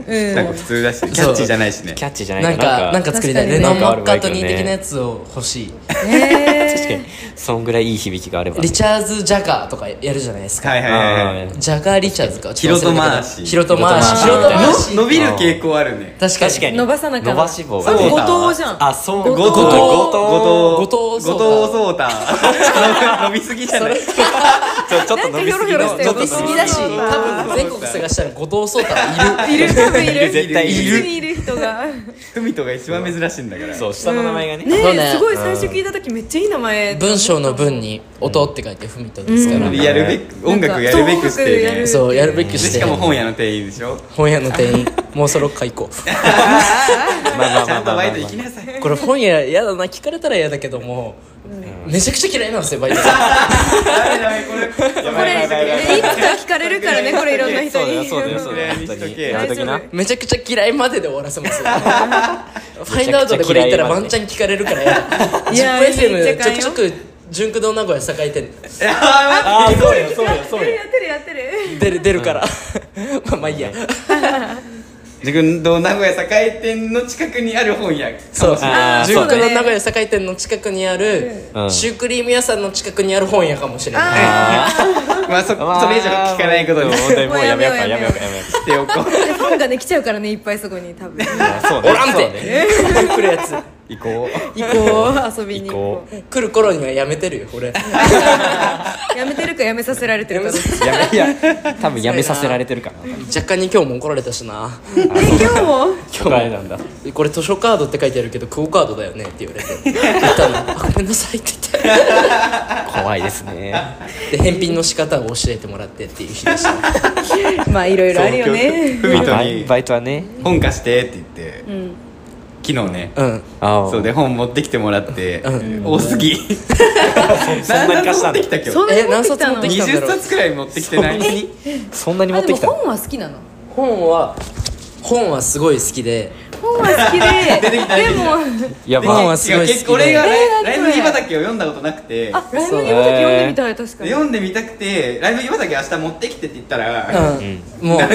Speaker 1: んか普通だしキャッチーじゃないしね
Speaker 4: キャッチーじゃな
Speaker 3: ないんかなんか作りたいレ
Speaker 2: 確かにね
Speaker 3: ノン・マッカートニー的なやつを欲しい、
Speaker 2: ね
Speaker 4: 確かにそんぐらいいい響きがあれば
Speaker 3: リチャーズ・ジャガーとかやるじゃないですか、
Speaker 1: はいはいはいはい
Speaker 4: あー
Speaker 3: ジャガー・リチャーズか
Speaker 1: ヒロトマーシー
Speaker 3: ヒロトマーシー
Speaker 4: ヒロトマー
Speaker 1: の伸びる傾向あるね
Speaker 3: 確かに
Speaker 4: 確かに
Speaker 2: 伸ばさなきゃ
Speaker 4: 伸ばし棒
Speaker 1: そ
Speaker 4: が
Speaker 1: う
Speaker 4: ね
Speaker 2: 後藤じゃん
Speaker 4: あそう
Speaker 1: 後藤
Speaker 4: 後藤
Speaker 1: 後
Speaker 3: 後
Speaker 1: 藤
Speaker 3: 藤
Speaker 1: 後藤ータ伸びすぎじゃない
Speaker 4: ちょちょっと伸び
Speaker 2: なんかヨ
Speaker 4: すぎのちょ
Speaker 2: ロ
Speaker 4: っ
Speaker 2: ヨロ
Speaker 4: と
Speaker 3: 伸びすぎだし多分全国探したら後藤壮太はいる
Speaker 2: いる多分いる
Speaker 4: 絶対い
Speaker 2: 普通
Speaker 4: る
Speaker 2: にいる人が
Speaker 1: ふみとが一番珍しいんだから
Speaker 4: そう下の名前がね
Speaker 2: ね
Speaker 3: そうね
Speaker 2: すごい最初聞いた時めっちゃいい名前
Speaker 3: 文章の文に「音」って書いて「文と」ですから、
Speaker 1: やるべく音楽やるべくし
Speaker 2: なんかそう音楽や
Speaker 1: て
Speaker 2: る
Speaker 1: ね
Speaker 3: そうやるべき
Speaker 1: で
Speaker 3: し
Speaker 1: してかも本屋の店員でしょ
Speaker 3: 本屋の店員もうそろ買いこう
Speaker 4: まあまあまあ
Speaker 1: ちゃんとバイト行
Speaker 4: まあ
Speaker 1: きなさい
Speaker 3: これ本屋やだな聞かれたら嫌だけども、めちゃくちゃ嫌いなんですよバイト
Speaker 1: ダメダメこれや
Speaker 2: こ
Speaker 1: ばい
Speaker 2: れ
Speaker 1: やばいやばい
Speaker 2: ねいつか聞かれるからねこれいろんな人
Speaker 4: そうだよ
Speaker 2: に
Speaker 4: そうだよそうだよ
Speaker 1: いろいろ
Speaker 4: 本当に
Speaker 1: いろ
Speaker 2: い
Speaker 4: やめ
Speaker 2: ろ
Speaker 4: ときな
Speaker 3: めちゃくちゃ嫌いまでで終わらせ ますよファインアウトでこれ言ったらワンチャン聞かれるから嫌だ
Speaker 2: いや
Speaker 3: ZIPFM ちょ
Speaker 2: 言っ
Speaker 3: く
Speaker 2: ち
Speaker 3: ち
Speaker 2: ゃ
Speaker 3: ょ
Speaker 2: かん
Speaker 3: く純駆動名古屋栄えて
Speaker 4: あーそうよそうよそうよ
Speaker 2: やってるやってるやってる
Speaker 3: 出る出るから まあまあいいや
Speaker 1: 自分の名古屋栄店の近くにある本屋
Speaker 3: そう
Speaker 4: あー
Speaker 3: 純駆
Speaker 2: そう
Speaker 3: 動
Speaker 2: だね
Speaker 3: 名古屋栄店の近くにある
Speaker 4: うん
Speaker 3: シュークリーム屋さんの近くにある本屋かもしれない
Speaker 1: まあそそれ以上聞かないことに
Speaker 4: も
Speaker 1: し
Speaker 4: うもうやめようかやめようかやめよう
Speaker 1: ておこう
Speaker 2: でファンがね来ちゃうからねいっぱいそこに多分
Speaker 4: かそう
Speaker 3: お
Speaker 4: ね
Speaker 3: らん
Speaker 4: そう
Speaker 3: て、
Speaker 4: ね
Speaker 3: 来るやつ
Speaker 1: 行こう
Speaker 2: 行こう遊びに行
Speaker 4: 行
Speaker 2: こ
Speaker 3: 来る頃にはやめてるよ 俺
Speaker 2: うやめてるかやめさせられてるかどっ ち
Speaker 4: やめいや多分やめさせられてるかな
Speaker 3: 若干に今日も怒られたしな
Speaker 2: え今日も
Speaker 4: 今日なんだ
Speaker 3: これ図書カードって書いてあるけどクオカードだよねって言われて言ったのあごめんなさいって言っ
Speaker 4: 怖いですね
Speaker 3: てで返品の仕方を教えてもらってっていう日でした
Speaker 2: まあいろいろあるよね
Speaker 1: ふみと
Speaker 4: まあバイ
Speaker 1: に
Speaker 4: バイトはね
Speaker 1: 本貸してって言って昨日ね
Speaker 3: うん
Speaker 4: あ
Speaker 1: そうで本持ってきてもらって多すぎ
Speaker 4: そんなに貸したんだ
Speaker 1: 何冊持ってきた今日
Speaker 3: え何冊持
Speaker 2: そんなに持ってきたの
Speaker 3: っ
Speaker 1: 20
Speaker 3: てきたんだろう
Speaker 1: 冊くらい持ってきてない
Speaker 4: そんなに持
Speaker 2: あ
Speaker 4: って
Speaker 2: でも
Speaker 4: きた
Speaker 2: 本は好きなの
Speaker 3: 本は本はすごい好きで
Speaker 2: 本は好き ででも
Speaker 4: いや
Speaker 1: で
Speaker 4: まあ
Speaker 3: 本はすごい好きで
Speaker 1: 結構俺がライ
Speaker 2: えーなんで
Speaker 1: ライブ火畑を読んだことなくて
Speaker 2: あライブにもだけ読んでみたい確かに
Speaker 1: 読んでみたくてライブ火畑明日持ってきてって言ったら、
Speaker 3: うん、もう
Speaker 1: なん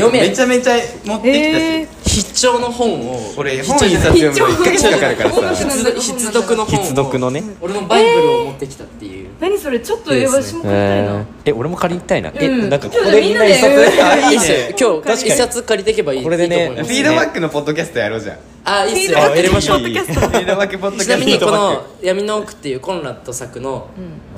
Speaker 3: 読
Speaker 1: か
Speaker 3: め
Speaker 1: めちゃめちゃ持ってきたし、
Speaker 2: えー
Speaker 3: 必聴の本を
Speaker 1: 俺本一冊読むの1ヶ月かかるからさ
Speaker 3: 必読必読の本を
Speaker 4: 必読のね
Speaker 3: 俺のバイブルを持ってきたっていう、
Speaker 2: 何それちょっとえばしも買いたいな、
Speaker 4: えーえ俺も借りたいなえ
Speaker 2: うん
Speaker 4: なんかここでみんな一冊
Speaker 2: ちょっとみんなで
Speaker 4: あいいっすよ
Speaker 3: え今
Speaker 4: 確か
Speaker 3: 日
Speaker 4: に
Speaker 3: 一冊借りていけばいい
Speaker 4: これでね
Speaker 3: いいと思いま
Speaker 1: フ
Speaker 3: す
Speaker 1: ィードバックのポッドキャスト やろうじゃん
Speaker 3: あいいっすよ
Speaker 4: あやりましょう
Speaker 1: フィードバックポッドキャス
Speaker 3: ち
Speaker 1: ト
Speaker 3: なみにこ
Speaker 1: フィードバッ
Speaker 3: の「闇の奥」っていうコンラッド作の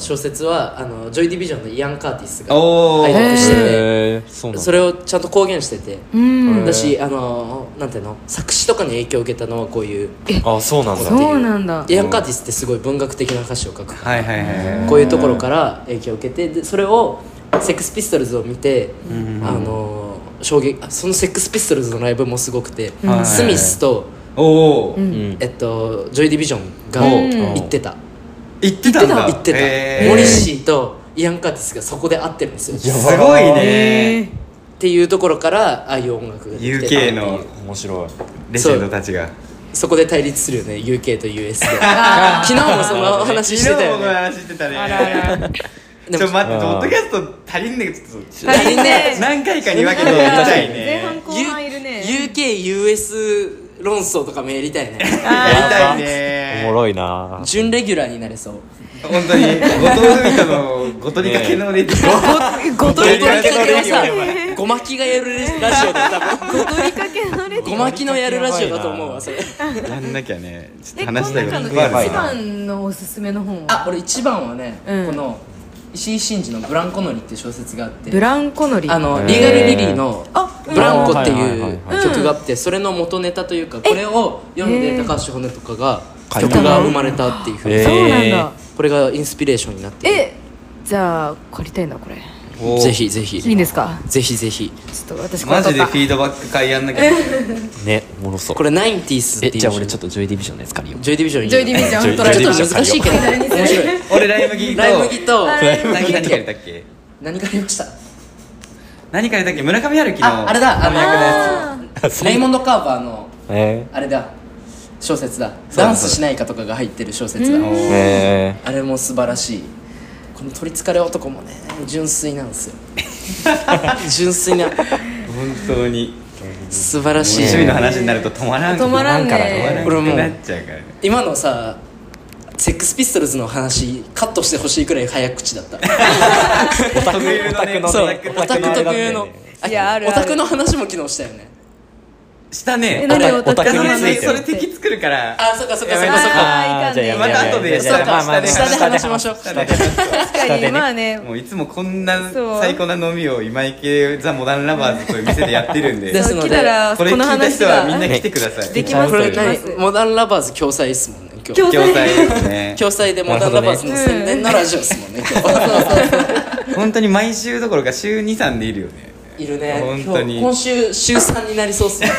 Speaker 3: 小説はあのジョイ・ディビジョンのイアン・カーティスが
Speaker 1: おー
Speaker 3: 愛読してて
Speaker 4: えーそうなん
Speaker 3: そ
Speaker 4: だ
Speaker 3: れをちゃんと公言してて
Speaker 2: うん
Speaker 3: だしあのなんていうの作詞とかに影響を受けたのはこういう
Speaker 4: あそうなんだ
Speaker 2: そうなんだ
Speaker 3: イアン・カーティスってすごい文学的な歌詞を書
Speaker 1: ク
Speaker 3: く
Speaker 1: はいはいはいはい
Speaker 3: こういうところから影響を受けてでそれをセックスピストルズを見て、あの衝撃あそのセックスピストルズのライブもすごくて、
Speaker 1: はい
Speaker 3: スミスと、
Speaker 1: おお
Speaker 4: う
Speaker 1: ー
Speaker 4: ん
Speaker 3: えっと、ジョイ・ディビジョンが
Speaker 4: うん
Speaker 3: 行ってた、
Speaker 1: 言ってたんだ
Speaker 3: 行ってた、
Speaker 1: へー
Speaker 3: モリシーとイアン・カーティスがそこで会ってるんですよ
Speaker 4: やば
Speaker 1: すごいね
Speaker 3: っていうところからああいう音楽ができてたってい
Speaker 1: UK
Speaker 3: う
Speaker 1: の
Speaker 4: 面白い
Speaker 1: レジェンドたちが
Speaker 3: そこで対立するよね UK と US で 昨日もその話してたよ
Speaker 1: 昨日もこの
Speaker 3: ね
Speaker 1: 話してたねち
Speaker 3: で
Speaker 1: ょっと
Speaker 3: も
Speaker 1: 待って
Speaker 4: あー
Speaker 1: ポッドキャスト足りんねんけどちょっと
Speaker 2: 足りんね
Speaker 1: 何回かに分けてやりたいね
Speaker 2: 前半後半いるね
Speaker 3: UKUS 論争とかもやりたいね
Speaker 1: やりたい
Speaker 4: お
Speaker 1: ね
Speaker 4: もろいな
Speaker 3: 準レギュラーになれそう
Speaker 1: 本当に後藤文太のごとりかけのレディ
Speaker 3: ごとりかけのレ
Speaker 1: レ
Speaker 3: デ
Speaker 1: デ
Speaker 3: ィオごまきがやるラジオだよ多分
Speaker 2: 取りかけのレディ
Speaker 3: ごまきのやるラジオだと思うわそれ
Speaker 1: オやんなきゃねちょっと
Speaker 2: えこの
Speaker 1: 話したいこ
Speaker 2: 中
Speaker 1: とい
Speaker 2: の
Speaker 1: っぱいあ
Speaker 2: 一
Speaker 1: るな
Speaker 2: 番のおすすめの本は
Speaker 3: あ俺一番はね
Speaker 2: うん
Speaker 3: この石井真二の「ブランコ乗り」っていう小説があって
Speaker 2: ブランコのり
Speaker 3: あのリーガル・リリーの
Speaker 2: あ
Speaker 3: 「ブランコ」ってい
Speaker 4: はいうはい
Speaker 2: はい
Speaker 3: 曲があってそれの元ネタというかこれを読んで高橋骨とかが
Speaker 4: 書いた
Speaker 3: 曲が生まれたっていうふうに
Speaker 4: え
Speaker 2: そうなんだ
Speaker 3: これがインスピレーションになっている
Speaker 2: えじゃあ借りたいなこれ
Speaker 1: お
Speaker 3: ぜひぜひ
Speaker 2: いいんですか
Speaker 3: ぜひぜひ
Speaker 2: ちょっと私これ
Speaker 1: マ
Speaker 2: 撮
Speaker 1: ジ
Speaker 2: っ
Speaker 1: で
Speaker 2: た
Speaker 1: フィードバック会やんなきゃ
Speaker 4: ねおもろそう
Speaker 3: これナインティースって
Speaker 4: え
Speaker 3: いう
Speaker 4: じゃあ俺ちょ
Speaker 3: っ
Speaker 4: っとジョイディビジョンのやつ借りよう
Speaker 3: とジョイディビジョンいい
Speaker 2: ジョイディビジョン
Speaker 4: ジョイディビジョン
Speaker 3: ちょっと難しいけど面白い
Speaker 1: 俺ライ麦と
Speaker 3: ライ麦と
Speaker 2: はい
Speaker 1: 何何借りたっけ
Speaker 3: 何借りました
Speaker 1: 何借りたっけ村上春樹の
Speaker 3: ああれだあの
Speaker 2: あ
Speaker 3: レイモンド・カーバーの
Speaker 4: え
Speaker 3: あれだ小説だ
Speaker 1: そうだ
Speaker 3: ダンスしないかとかが入ってる小説だ
Speaker 4: ーえ
Speaker 3: あれも素晴らしいこの取りつかれ男もね純粋なんですよ 純粋な
Speaker 1: 本当に
Speaker 3: 素晴らしい
Speaker 1: 趣味の話になると止まらん
Speaker 2: ー止まらん
Speaker 4: なんかね
Speaker 2: ね
Speaker 1: これも
Speaker 3: これ
Speaker 1: な
Speaker 3: も
Speaker 1: っちゃうからね
Speaker 3: 今のさセックスピストルズの話カットしてほしいくらい早口だった
Speaker 1: オタクの
Speaker 3: そう
Speaker 1: オタ
Speaker 3: オタ
Speaker 1: クの
Speaker 3: ク特有
Speaker 4: オ
Speaker 3: の
Speaker 4: タクのあれだった
Speaker 2: ねいやあるあ
Speaker 3: オ
Speaker 2: る
Speaker 3: タクの話も昨日したよね
Speaker 1: したね
Speaker 2: えなんで
Speaker 4: オ
Speaker 2: オ
Speaker 4: タ
Speaker 2: タ
Speaker 4: ク
Speaker 2: ク
Speaker 1: いや
Speaker 4: について
Speaker 1: それ敵作るから
Speaker 3: あそっかそっかそっ
Speaker 1: や
Speaker 3: か
Speaker 1: めと
Speaker 3: そっ
Speaker 1: こ
Speaker 3: か
Speaker 2: あーいかんね
Speaker 4: じゃあやめ
Speaker 1: また後で
Speaker 4: やめやめ
Speaker 1: そうか
Speaker 4: まあまあ
Speaker 1: 下で
Speaker 4: まあ
Speaker 3: 話しましょう
Speaker 4: 下で話しましょう
Speaker 2: 確かにまあね
Speaker 1: もういつもこんな
Speaker 2: そう
Speaker 1: 最高な飲みを今池ザ・モダン・ラバーズという店でやってるんで
Speaker 3: です
Speaker 2: そう来たら
Speaker 1: これ
Speaker 2: この
Speaker 1: 聞いた
Speaker 2: 話
Speaker 1: 人はみんな
Speaker 2: が
Speaker 1: 来てください
Speaker 2: できます
Speaker 3: これ
Speaker 2: できます
Speaker 3: モダンラバーズ共催ですもんね今日
Speaker 2: 共
Speaker 1: 共催ですね
Speaker 3: 共催でモダンラバーズの宣伝のラジオですもん ね今日
Speaker 1: 本当に毎週どころか週23でいるよね
Speaker 3: いるね
Speaker 1: 本当に
Speaker 3: 今日今週週3になりそうっすね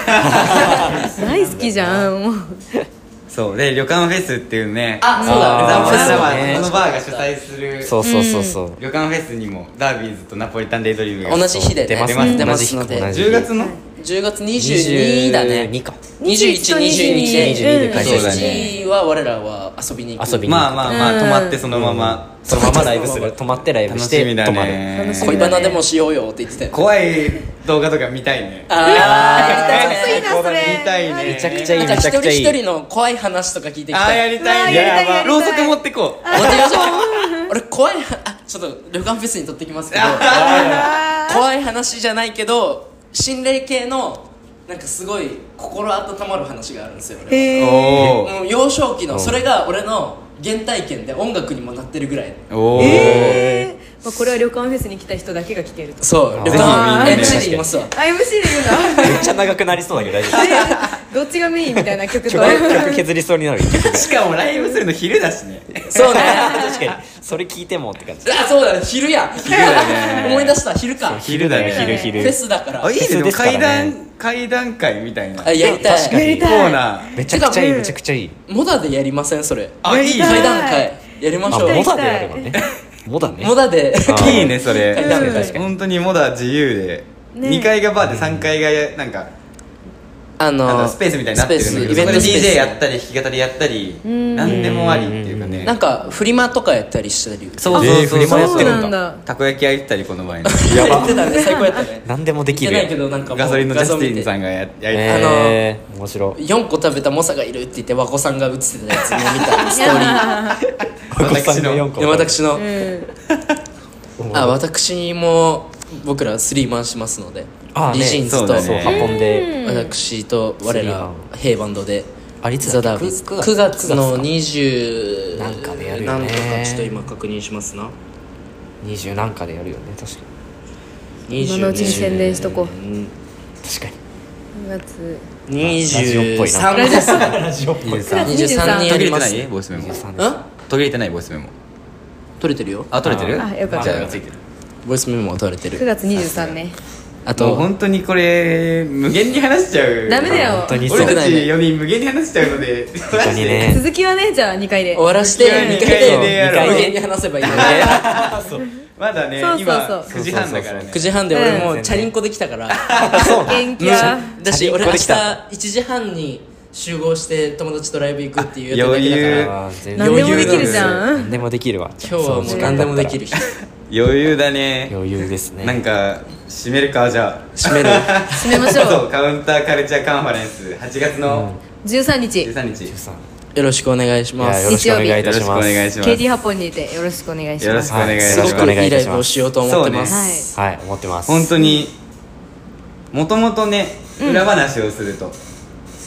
Speaker 2: 大好きじゃんもう
Speaker 1: そうで旅館フェスっていうね
Speaker 3: あそう
Speaker 1: ザ・
Speaker 3: だ
Speaker 1: モダン・ラバ
Speaker 3: ザ
Speaker 1: ーズこのバ
Speaker 3: モダン
Speaker 1: ー
Speaker 3: ラバ
Speaker 1: が
Speaker 3: ーズ
Speaker 1: 主催する
Speaker 4: そうそうそうそう
Speaker 1: 旅館フェスにもダービーズとナポリタン・デイドリームが
Speaker 3: 同じ日でね
Speaker 4: 出ます
Speaker 1: ね
Speaker 3: 出ますので
Speaker 4: 同じ
Speaker 1: 10月の
Speaker 3: 10月22だね
Speaker 4: 22か
Speaker 3: 2122
Speaker 2: 21
Speaker 3: で
Speaker 4: 22で
Speaker 1: 開
Speaker 3: そう
Speaker 1: 催
Speaker 3: だ
Speaker 1: だね
Speaker 3: ね21は我らは遊びに行く
Speaker 4: 遊びに
Speaker 1: まあまあまあ
Speaker 2: うん
Speaker 1: 泊まってそのまま
Speaker 4: そのままライブする泊まってライブ
Speaker 1: 楽
Speaker 4: し
Speaker 1: してみだ
Speaker 4: 泊まる
Speaker 1: ね
Speaker 2: しみ
Speaker 3: 恋バナでもしようよって言ってたよ
Speaker 1: 怖い動画とか見たいね
Speaker 3: あー
Speaker 2: やりたいなそれ
Speaker 1: 見たいね
Speaker 4: めちゃくちゃいい
Speaker 3: なんか
Speaker 4: めち
Speaker 3: 一
Speaker 4: ゃくち
Speaker 3: 人
Speaker 4: ゃいい
Speaker 3: 一人の怖い話とか聞いていき
Speaker 1: あー
Speaker 3: た
Speaker 1: や
Speaker 3: い
Speaker 1: りたい
Speaker 2: あーやりたいや
Speaker 1: ね
Speaker 2: りたい
Speaker 1: ろうそく持ってこう
Speaker 3: 持ってきましょう俺怖いあちょっと旅館フェスに撮ってきますけど怖い話じゃないけど心霊系のなんかすごい心温まる話があるんですよ俺は
Speaker 2: へー
Speaker 1: おー
Speaker 3: もう幼少期のそれが俺の原体験で音楽にもなってるぐらい
Speaker 1: お
Speaker 2: えーまあこれは旅館フェスに来た人だけが聞けると
Speaker 3: そう旅
Speaker 1: あー
Speaker 3: 館
Speaker 1: ぜひ見
Speaker 3: エン
Speaker 1: てね
Speaker 3: ジでいますわ
Speaker 2: あ MC で言うん だ
Speaker 4: めっちゃ長くなりそうだ けど大丈
Speaker 2: どっちがメインみたいな曲と
Speaker 4: 夫曲曲削りそうになる一 曲
Speaker 1: しかもライブするの昼だしね
Speaker 3: そうね
Speaker 4: 確かにそれ聞いてもって感じ
Speaker 3: あそうだ昼や昼
Speaker 1: だね
Speaker 3: 思い出した昼かフ
Speaker 1: 昼だね
Speaker 2: 昼
Speaker 4: 昼
Speaker 3: ェスだから
Speaker 1: あいいね
Speaker 4: フェス
Speaker 1: で
Speaker 4: で
Speaker 1: も
Speaker 4: すから
Speaker 1: 階
Speaker 4: ね
Speaker 1: 段階段階みたいな
Speaker 3: あやりたい
Speaker 2: やり
Speaker 1: コ
Speaker 2: た
Speaker 1: ー
Speaker 2: い
Speaker 1: ナー
Speaker 4: めちゃくちゃいい
Speaker 2: てか
Speaker 4: めちゃくちゃいい
Speaker 3: モダでやりませんそれ
Speaker 1: あいい
Speaker 3: 階
Speaker 1: ね
Speaker 3: 段階やりま
Speaker 4: あ
Speaker 3: しょう
Speaker 4: モダでやればねモダね
Speaker 3: モダで
Speaker 4: あ
Speaker 1: いいねそれ
Speaker 4: 確かに確かに
Speaker 1: 本当にモダ自由で
Speaker 2: ね
Speaker 1: 2階がバーで3階がなんか
Speaker 3: あの
Speaker 1: あのスペースみたいになってるんだけど
Speaker 3: スペースイベント
Speaker 1: そ
Speaker 3: スペ
Speaker 1: こ
Speaker 3: ース
Speaker 1: で DJ やったり弾き語りやったり
Speaker 2: ん
Speaker 1: 何でもありっていうかね
Speaker 3: なんかフリマとかやったりしたり
Speaker 1: そう
Speaker 4: え
Speaker 1: そう
Speaker 4: ー
Speaker 1: そ
Speaker 4: フ
Speaker 1: う
Speaker 4: リマやって
Speaker 2: そう
Speaker 4: る
Speaker 2: なんん
Speaker 4: だ
Speaker 2: だ
Speaker 1: たこ焼き焼いたりこの前に
Speaker 4: やば
Speaker 3: やってたね最高やった ね
Speaker 4: 何でもでき
Speaker 3: やっ
Speaker 4: る
Speaker 3: てな
Speaker 4: や
Speaker 3: いけ
Speaker 4: ん
Speaker 3: どなんか
Speaker 1: ガソリンのジャスティン
Speaker 3: ん
Speaker 1: さんがや焼いて
Speaker 3: あの
Speaker 4: えー面白い
Speaker 3: 4個食べた猛者がいるって言って和子さんが映ってたやつも見 たストーリー
Speaker 1: 私の
Speaker 4: 4個
Speaker 3: で私の、
Speaker 2: うん
Speaker 3: あ私も僕らスリーマンしますので
Speaker 4: あーね
Speaker 3: リジンズ
Speaker 1: そ
Speaker 3: と、
Speaker 1: だ
Speaker 4: そう
Speaker 1: ね
Speaker 4: 運んで
Speaker 3: 私と我
Speaker 4: スリーマ
Speaker 3: ら
Speaker 4: ン
Speaker 3: 平バンドで
Speaker 4: あれいつだっけ
Speaker 3: ザ・ダービーズ
Speaker 4: く
Speaker 3: 9月の20
Speaker 4: なんかでやるよね
Speaker 3: なんとかちょっと今確認しますな
Speaker 4: 二十なんかでやるよね確かに
Speaker 2: 今のうちに宣伝しとこう
Speaker 4: 確かに
Speaker 2: 9月
Speaker 4: ラジオっぽいな
Speaker 3: 23ですね
Speaker 4: ラジオっぽい
Speaker 1: 23
Speaker 3: 23
Speaker 2: 23
Speaker 3: 人
Speaker 1: 途
Speaker 3: や
Speaker 1: 切れ
Speaker 3: り
Speaker 1: て
Speaker 3: ま
Speaker 1: な
Speaker 3: す
Speaker 1: い
Speaker 3: ね
Speaker 1: ボイスメモ途
Speaker 3: ん
Speaker 1: 切れてないボイスメモ
Speaker 3: 取れてるよ
Speaker 1: あ取れてる
Speaker 2: あよかった
Speaker 1: じゃあついてる
Speaker 3: ボイスメモは取れて
Speaker 2: 9
Speaker 3: る
Speaker 2: 月23ね
Speaker 3: あ
Speaker 1: もう
Speaker 3: と
Speaker 1: 本当にこれ無限に話しちゃう
Speaker 2: ダメだよ
Speaker 4: 本当にそう
Speaker 1: 俺た
Speaker 3: 本当
Speaker 1: ち
Speaker 3: にね
Speaker 1: 4人無限に話しちゃうので
Speaker 4: 本当にね
Speaker 2: 続きはねじゃあ2回で
Speaker 3: 終わらして
Speaker 1: いやいや
Speaker 3: 2回
Speaker 1: いやいや
Speaker 3: で
Speaker 1: いや
Speaker 3: 無限に話せばいいので
Speaker 1: まだね
Speaker 2: そうそうそう
Speaker 1: 今9時半だからね
Speaker 3: 9時半で俺もうチャリンコできたから
Speaker 2: 元気や
Speaker 3: だし
Speaker 4: チャリンコ
Speaker 3: 俺明
Speaker 4: で
Speaker 3: 日
Speaker 4: きた
Speaker 3: 1時半に集合して友達とライブ行くっていう予
Speaker 1: 余
Speaker 3: 定だけだ
Speaker 1: 裕
Speaker 3: から
Speaker 4: あー全然
Speaker 2: 何でもできるじゃん
Speaker 4: 何でもできるわ
Speaker 3: 今日はもう何でもできる日
Speaker 1: 余裕だね
Speaker 4: 余裕ですね
Speaker 1: なんか締めるかじゃあ
Speaker 3: 締める
Speaker 2: 締めましょ
Speaker 1: そううカウンターカルチャーカンファレンス8月の
Speaker 2: 13日
Speaker 1: 13日
Speaker 4: さん
Speaker 3: よろしくお願いし
Speaker 4: い
Speaker 3: ま
Speaker 4: やよ
Speaker 3: す
Speaker 4: ろしくお願いいたし
Speaker 1: よろ
Speaker 4: ま
Speaker 1: しくお願い
Speaker 4: す
Speaker 1: します
Speaker 2: KT 八本にいてよろしくお願いし
Speaker 1: よろ
Speaker 2: ま
Speaker 1: し
Speaker 2: す
Speaker 1: くお願いし
Speaker 3: す
Speaker 1: ま
Speaker 3: ご
Speaker 1: す
Speaker 4: よろしくお
Speaker 3: く
Speaker 4: 願
Speaker 3: い
Speaker 4: い
Speaker 3: い
Speaker 4: い
Speaker 3: ライ
Speaker 4: たします
Speaker 3: ブをしようと思ってま
Speaker 1: そう
Speaker 2: は
Speaker 3: す
Speaker 2: い
Speaker 4: はい思ってます
Speaker 1: 本当にもともとね裏話をすると、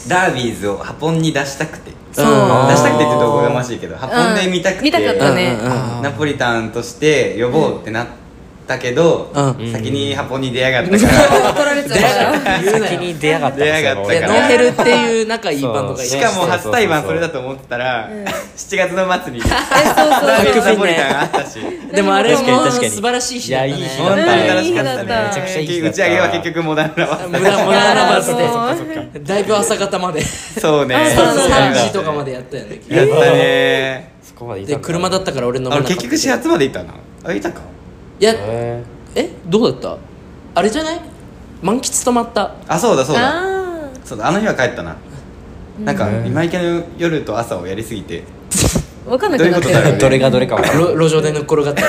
Speaker 1: ダービーズをハポンに出したくて出
Speaker 2: そう
Speaker 4: あー
Speaker 1: したくてって言うとおこがましいけどハポンで見たくて、
Speaker 2: うん見たかったね
Speaker 3: うんうんうん
Speaker 1: ナポリタンとして呼ぼうってなったけど、
Speaker 3: う
Speaker 1: 先にハポンに出やがったから、
Speaker 2: 怒られちゃうから
Speaker 3: 言うな
Speaker 4: 先
Speaker 3: よ
Speaker 4: に出やがったんですよ
Speaker 1: 出やがった
Speaker 3: い
Speaker 1: から
Speaker 3: やノンヘルっていう仲いいバンドがい
Speaker 1: し
Speaker 3: る
Speaker 1: かも初対バン
Speaker 4: そ
Speaker 1: そう
Speaker 4: そうそうそう
Speaker 1: れだと思ってたら、7月の末に
Speaker 2: えそうそう
Speaker 1: ダービーズ
Speaker 3: そう
Speaker 1: ナポリタンあったし
Speaker 3: でもあれも
Speaker 2: 確かに確
Speaker 3: 素
Speaker 4: かに
Speaker 3: 晴らしい日だったね
Speaker 4: いやいい日
Speaker 1: 本当に楽しかった
Speaker 2: うんいい日だった
Speaker 1: ね
Speaker 2: めちゃ
Speaker 4: くちゃいい日
Speaker 1: 打
Speaker 4: だった
Speaker 1: ち上げは結局モダンラ バ
Speaker 3: 無駄無駄なバス
Speaker 2: そっかそっ
Speaker 3: でだいぶ朝方まで
Speaker 1: そうね
Speaker 2: あそうなんだ
Speaker 3: 3時とかまでやったよね
Speaker 1: やったね
Speaker 4: そこまでいたん
Speaker 3: で車だったから俺飲まな
Speaker 1: あ
Speaker 3: か
Speaker 1: れ
Speaker 3: ったけ
Speaker 1: 結
Speaker 3: ど
Speaker 1: 局始発までいたなあいたか
Speaker 3: いや
Speaker 4: へ
Speaker 3: えどうだったあれじゃない満喫止まった
Speaker 1: あそうだそうだ
Speaker 2: あ
Speaker 1: そうだあの日は帰ったななんか今池の夜と朝をやりすぎ て
Speaker 2: ー分かんなくなって
Speaker 1: ど
Speaker 2: る
Speaker 1: ういうことだろ
Speaker 4: ー
Speaker 1: う
Speaker 4: どれがどれかわからない
Speaker 3: ろ路上で寝っ転がった
Speaker 1: や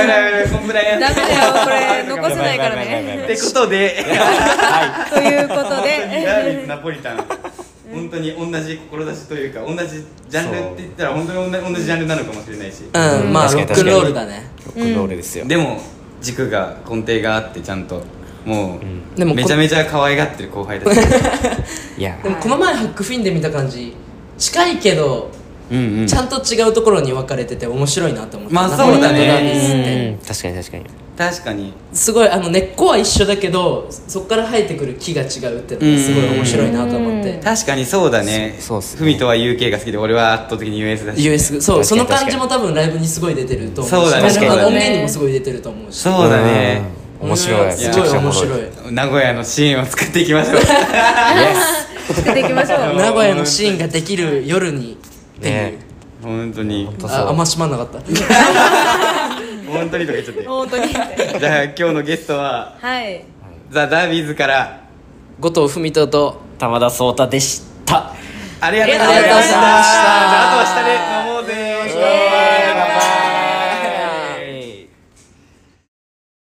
Speaker 1: べろやべろコンプライアン
Speaker 2: ダ
Speaker 1: ス
Speaker 2: メだよこれ残せないからね
Speaker 1: ってことで
Speaker 2: というこ
Speaker 1: 本
Speaker 2: と
Speaker 1: 当にダービーズ
Speaker 2: で
Speaker 1: ナポリタン本当に同じ志というか同じジャンルって言ったら本当に同じ同じジャンルなのかもしれないし
Speaker 3: うんまあ
Speaker 4: 確
Speaker 3: ロ
Speaker 4: かに
Speaker 3: ックンロールだね
Speaker 4: ロックンロールですよ
Speaker 1: でも軸が根底があってちゃんとも
Speaker 4: ん
Speaker 3: でも
Speaker 1: う
Speaker 3: こ
Speaker 1: めちゃめちゃ可愛がってる後輩だし
Speaker 4: いや
Speaker 3: でもこの前ハックフィンで見た感じ近いけど
Speaker 1: うんうん
Speaker 3: ちゃんと違うところに分かれてて面白いなと思って
Speaker 1: まあそうだね
Speaker 4: うん確かに確かに
Speaker 1: 確かに
Speaker 3: すごいあの根っこは一緒だけどそこから生えてくる木が違うっていうのがすごい面白いなと思って
Speaker 1: 確かにそうだね
Speaker 4: そうそうっすね
Speaker 1: ふみとは UK が好きで俺は圧倒的に US だし
Speaker 3: US そう
Speaker 4: 確かに
Speaker 3: その感じも多分ライブにすごい出てると思うし
Speaker 1: そうだね
Speaker 3: あの
Speaker 1: 確かに
Speaker 3: 音源にもすごい出てると思うし
Speaker 1: そうだね
Speaker 4: うん面白い
Speaker 3: す
Speaker 4: めちゃ
Speaker 3: ご
Speaker 4: く
Speaker 3: い
Speaker 4: ちゃ
Speaker 3: 面
Speaker 4: おもろい
Speaker 3: 白い
Speaker 1: 名古屋のシーンを作っていきましょう
Speaker 2: 作っていきましょう
Speaker 3: 名古屋のシーンができる夜にっていう、
Speaker 4: ね
Speaker 1: 本当に
Speaker 4: 当そう
Speaker 3: ああんま閉まんなかった
Speaker 1: 本当にとか言っちゃって
Speaker 2: 本当に
Speaker 1: じゃあ今日のゲストは
Speaker 2: はい
Speaker 1: ザ・ダービーズから
Speaker 3: 後藤文人と
Speaker 4: 玉田壮太でした
Speaker 1: ありがとうご
Speaker 3: あ
Speaker 1: ざ
Speaker 3: り
Speaker 1: いま
Speaker 3: がとうございまし
Speaker 1: した
Speaker 3: た
Speaker 1: じゃああとは下で